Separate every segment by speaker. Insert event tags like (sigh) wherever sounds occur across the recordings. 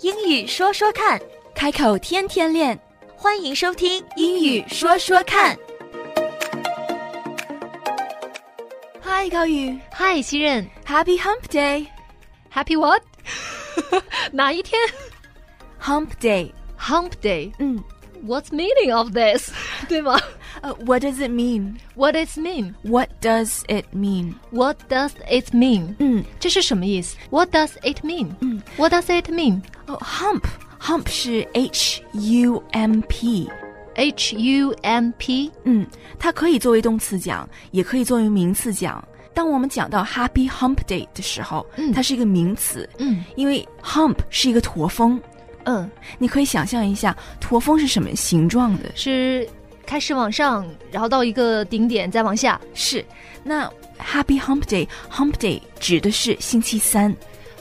Speaker 1: 英语说说看，
Speaker 2: 开口天天练，
Speaker 1: 欢迎收听《英语说说看》。
Speaker 2: 嗨，高宇
Speaker 3: 嗨，西任
Speaker 2: ，Happy Hump Day，Hump
Speaker 3: ，Happy What？哪一天
Speaker 2: Day，
Speaker 3: ？Hump Day。
Speaker 2: 嗯，
Speaker 3: What's meaning of this？对 (laughs) 吗
Speaker 2: 呃、w h a t does it mean？What
Speaker 3: ？What is mean?
Speaker 2: does it mean？
Speaker 3: What does it mean？
Speaker 2: 嗯
Speaker 3: 这是什么意思？What does it mean？
Speaker 2: 嗯
Speaker 3: ，What does it mean？H
Speaker 2: 哦，hump，hump 是 h u m p，
Speaker 3: U M P。
Speaker 2: 嗯，它可以作为动词讲，也可以作为名词讲。当我们讲到 Happy Hump Day 的时候，
Speaker 3: 嗯
Speaker 2: 它是一个名词，
Speaker 3: 嗯
Speaker 2: 因为 hump 是一个驼峰，
Speaker 3: 嗯，
Speaker 2: 你可以想象一下驼峰是什么形状的？
Speaker 3: 是开始往上，然后到一个顶点，再往下。
Speaker 2: 是，那 Happy Hump Day，Hump Day 指的是星期三。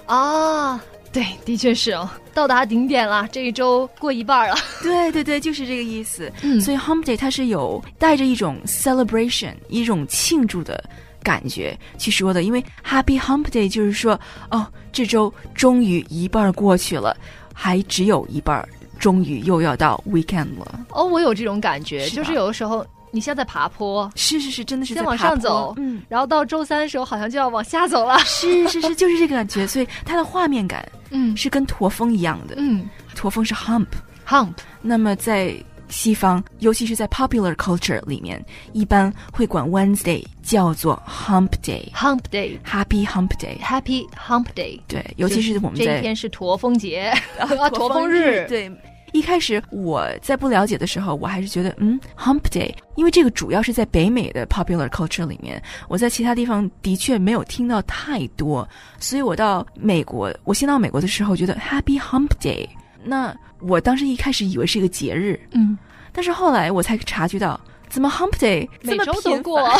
Speaker 3: 啊，对，的确是哦，到达顶点了，这一周过一半了。
Speaker 2: 对对对，就是这个意思。
Speaker 3: 嗯
Speaker 2: 所以 Hump Day 它是有带着一种 celebration，一种庆祝的感觉去说的，因为 Happy Hump Day 就是说，哦，这周终于一半儿过去了，还只有一半儿，终于又要到 weekend 了。
Speaker 3: 哦，我有这种感觉，
Speaker 2: 是吧
Speaker 3: 就是有的时候你现在爬坡，
Speaker 2: 是是是，真的是在
Speaker 3: 先往
Speaker 2: 爬
Speaker 3: 上
Speaker 2: 坡
Speaker 3: 走
Speaker 2: 嗯，
Speaker 3: 然后到周三的时候好像就要往下走了。
Speaker 2: 是是是，就是这个感觉。所以它的画面感
Speaker 3: 嗯
Speaker 2: 是跟驼峰一样的，
Speaker 3: 嗯
Speaker 2: 驼峰是 hump。
Speaker 3: ，hump。
Speaker 2: 那么在西方，尤其是在 popular culture 里面，一般会管 Wednesday 叫做 Hump Day、
Speaker 3: Hump Day。
Speaker 2: Happy Hump Day。
Speaker 3: Happy Hump Day，
Speaker 2: 对，尤其是我们
Speaker 3: 这一
Speaker 2: 在
Speaker 3: 天是驼峰节 (laughs) 啊，
Speaker 2: 驼
Speaker 3: 驼
Speaker 2: 峰
Speaker 3: 峰日。
Speaker 2: 对。一开始我在不了解的时候，我还是觉得嗯，Hump Day，因为这个主要是在北美的 popular culture 里面，我在其他地方的确没有听到太多，所以我到美国，我先到美国的时候觉得 Happy Hump Day，那我当时一开始以为是一个节日，
Speaker 3: 嗯，
Speaker 2: 但是后来我才察觉到，怎么 Hump Day 这
Speaker 3: 每
Speaker 2: 么
Speaker 3: 周
Speaker 2: 频
Speaker 3: 都
Speaker 2: 繁
Speaker 3: 过。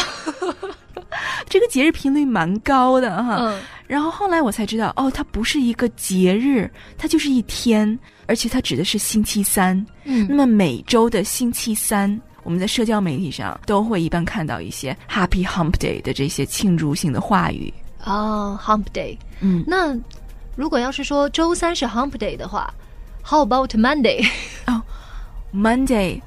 Speaker 2: (laughs) 这个节日频率蛮高的哈。
Speaker 3: 嗯
Speaker 2: 然后后来我才知道，哦，它不是一个节日，它就是一天，而且它指的是星期三。那
Speaker 3: 嗯
Speaker 2: 么每周的星期三，我们在社交媒体上都会一般看到一些 Happy Hump Day 的这些庆祝性的话语。
Speaker 3: 啊，Hump Day。
Speaker 2: 嗯，
Speaker 3: 那如果要是说周三是 Hump Day 的话，How about Monday？
Speaker 2: Monday。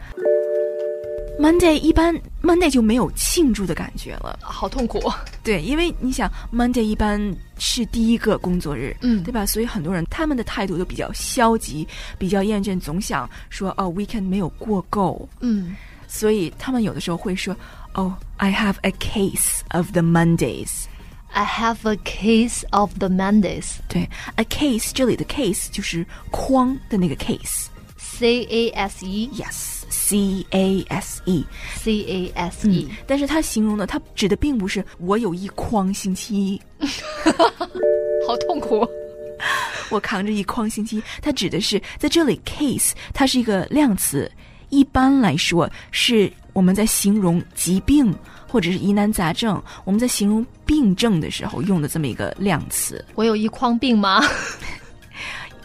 Speaker 2: Monday 一般 Monday 就没有庆祝的感觉了，
Speaker 3: (laughs) 好痛苦。
Speaker 2: 对，因为你想 Monday 一般是第一个工作日，
Speaker 3: 嗯
Speaker 2: 对吧？所以很多人他们的态度都比较消极，比较厌倦，总想说哦，weekend 没有过够，
Speaker 3: 嗯
Speaker 2: 所以他们有的时候会说哦，I have a case of the Mondays。
Speaker 3: ，I have a case of the Mondays。
Speaker 2: 对，a case 这里的 case 就是框的那个 case，yes
Speaker 3: C A S E
Speaker 2: c a s e。
Speaker 3: C A S E，
Speaker 2: 但是它形容的，它指的并不是我有一筐星期一，
Speaker 3: 嗯好痛苦。
Speaker 2: 我扛着一筐星期，它指的是在这里 case，它是一个量词，一般来说是我们在形容疾病或者是疑难杂症，我们在形容病症的时候用的这么一个量词。
Speaker 3: 我有一筐病吗？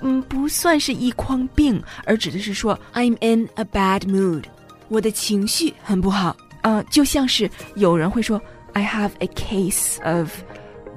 Speaker 2: 嗯，不算是一筐病，而指的是说 I'm in a bad mood，我的情绪很不好。呃，就像是有人会说 I have a case of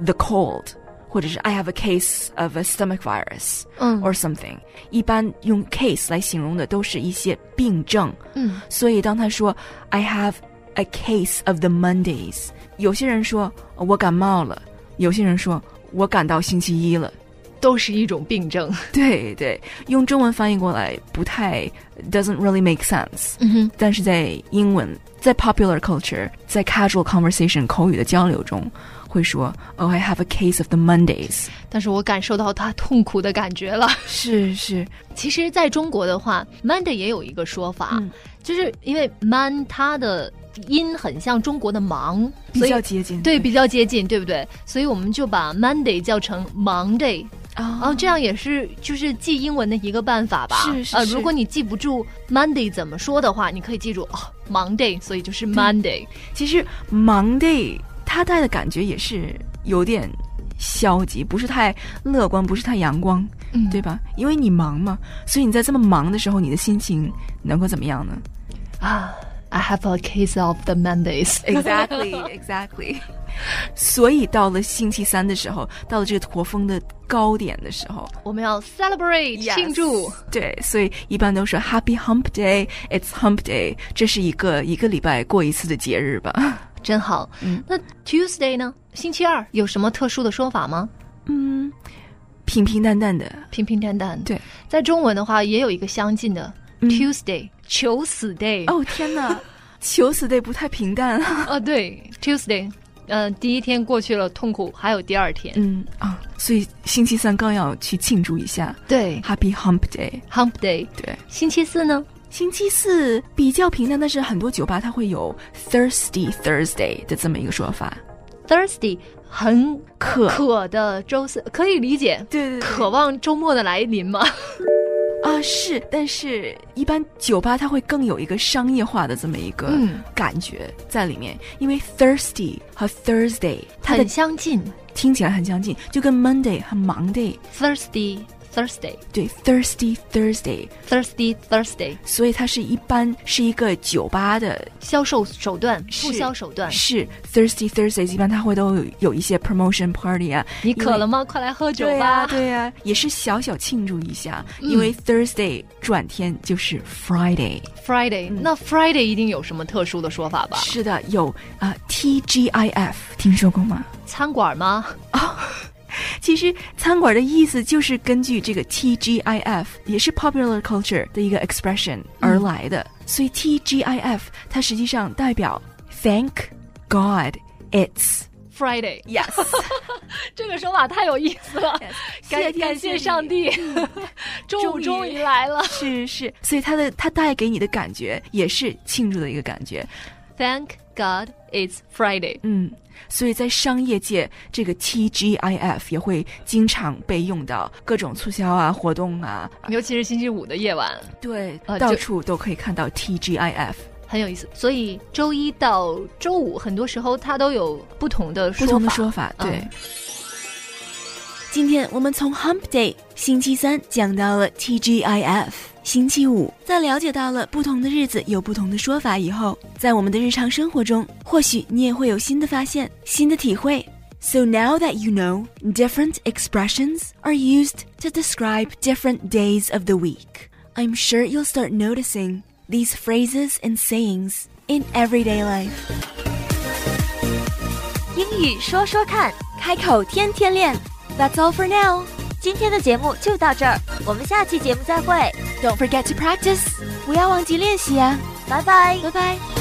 Speaker 2: the cold，或者是 I have a case of a stomach virus。
Speaker 3: 嗯
Speaker 2: or something，一般用 case 来形容的都是一些病症，
Speaker 3: 嗯
Speaker 2: 所以当他说 I have a case of the Mondays，有些人说我感冒了，有些人说我感到星期一了。
Speaker 3: 都是一种病症。
Speaker 2: 对对，用中文翻译过来不太 doesn't really make sense，
Speaker 3: 嗯哼，
Speaker 2: 但是在英文，在 popular culture，在 casual conversation 口语的交流中，会说 Oh I have a case of the Mondays。
Speaker 3: 但是我感受到他痛苦的感觉了。
Speaker 2: 是是，
Speaker 3: (laughs) 其实，在中国的话，Monday 也有一个说法，
Speaker 2: 嗯
Speaker 3: 就是因为 man 它的音很像中国的忙，
Speaker 2: 比
Speaker 3: 所以
Speaker 2: 较接近。
Speaker 3: 对比较接近，对不对？所以我们就把 Monday 叫成忙 day，
Speaker 2: 啊
Speaker 3: 然后哦这样也是就是记英文的一个办法吧。
Speaker 2: 是是
Speaker 3: 呃，
Speaker 2: 是
Speaker 3: 如果你记不住 Monday 怎么说的话，你可以记住哦，忙 day，所以就是 Monday。
Speaker 2: 其实忙 day 他带的感觉也是有点消极，不是太乐观，不是太阳光，
Speaker 3: 嗯
Speaker 2: 对吧？因为你忙嘛，所以你在这么忙的时候，你的心情能够怎么样呢？
Speaker 3: 啊。 I have a case of the (laughs) Mondays。
Speaker 2: (laughs) Exactly, exactly。所以到了星期三的时候，到了这个驼峰的高点的时候，
Speaker 3: 我们要 celebrate
Speaker 2: Yes
Speaker 3: 庆祝。
Speaker 2: 对，所以一般都说 Happy Hump Day，It's Hump Day，这是一个一个礼拜过一次的节日吧。 (laughs)
Speaker 3: 真好。
Speaker 2: 嗯
Speaker 3: 那 Tuesday 呢？星期二有什么特殊的说法吗？
Speaker 2: 嗯，平平淡淡的，
Speaker 3: 平平淡淡。
Speaker 2: 对，嗯
Speaker 3: 在中文的话也有一个相近的、Tuesday，求死 day。 (laughs)
Speaker 2: 哦天哪， (laughs) 求死得不太平淡啊。
Speaker 3: 啊，对，Tuesday。嗯，第一天过去了，痛苦还有第二天。
Speaker 2: 嗯啊，所以星期三刚要去庆祝一下
Speaker 3: 对
Speaker 2: Happy Hump Day。
Speaker 3: ，Hump Day。
Speaker 2: 对，
Speaker 3: 星期四呢？
Speaker 2: 星期四比较平淡，但是很多酒吧它会有 Thirsty Thursday 的这么一个说法。
Speaker 3: Thursday 很
Speaker 2: 渴
Speaker 3: 渴的周四可以理解，
Speaker 2: 对对
Speaker 3: 渴望周末的来临嘛。
Speaker 2: 啊是，但是一般酒吧它会更有一个商业化的这么一个
Speaker 3: 嗯
Speaker 2: 感觉在里面，因为 Thirsty 和 Thursday 它的
Speaker 3: 很相近
Speaker 2: 听起来很相近，就跟 Monday 和 Monday
Speaker 3: ，Thursday Thursday
Speaker 2: 对 Thirsty Thursday，
Speaker 3: Thursday Thursday
Speaker 2: 所以它是一般是一个酒吧的
Speaker 3: 销售手段，
Speaker 2: 是
Speaker 3: 促销手段。
Speaker 2: 是 Thirsty Thursday，一般它会都有有一些 promotion party 啊，
Speaker 3: 你渴了吗？快来喝酒
Speaker 2: 对啊呀、
Speaker 3: 吧。嗯
Speaker 2: 对呀、也是小小庆祝一下，因为 Thursday 转天就是 Friday。
Speaker 3: Friday，、那 Friday 一定有什么特殊的说法吧？
Speaker 2: 嗯是的，有啊、TGIF，听说过吗？
Speaker 3: 餐馆吗？
Speaker 2: 其实餐馆的意思就是根据这个 TGIF，也是 popular culture 的一个 expression
Speaker 3: 嗯
Speaker 2: 而来的，所以 TGIF 它实际上代表 Thank God It's
Speaker 3: Friday，
Speaker 2: Yes。
Speaker 3: (laughs) 这个说法太有意思
Speaker 2: (laughs)
Speaker 3: 了
Speaker 2: Yes，
Speaker 3: 感
Speaker 2: 谢天
Speaker 3: 感
Speaker 2: 谢
Speaker 3: 谢
Speaker 2: 地
Speaker 3: 上帝，周
Speaker 2: 终
Speaker 3: 五
Speaker 2: 于
Speaker 3: (laughs) 终于来了。
Speaker 2: 是是，所以它的它带给你的感觉也是庆祝的一个感觉，
Speaker 3: Thank God it's Friday。
Speaker 2: 嗯，所以在商业界，这个 TGIF 也会经常被用到各种促销啊、活动啊，
Speaker 3: 尤其是星期五的夜晚
Speaker 2: 对，
Speaker 3: 呃
Speaker 2: 到
Speaker 3: 就
Speaker 2: 处都可以看到 TGIF
Speaker 3: 很有意思，所以周一到周五很多时候它都有不同的
Speaker 2: 不
Speaker 3: 说法。
Speaker 2: 同的说法，
Speaker 3: 嗯
Speaker 2: 对，
Speaker 1: 今天我们从 Hump Day 星期三讲到了 TGIF，星期五，在了解到了不同的日子有不同的说法以后，在我们的日常生活中，或许你也会有新的发现、新的体会。So now that you know, different expressions are used to describe different days of the week. I'm sure you'll start noticing these phrases and sayings in everyday life. 英语说说看，开口天天练。That's all for now。今天的节目就到这儿，我们下期节目再会。Don't forget to practice，不要忘记练习啊。拜拜，拜拜。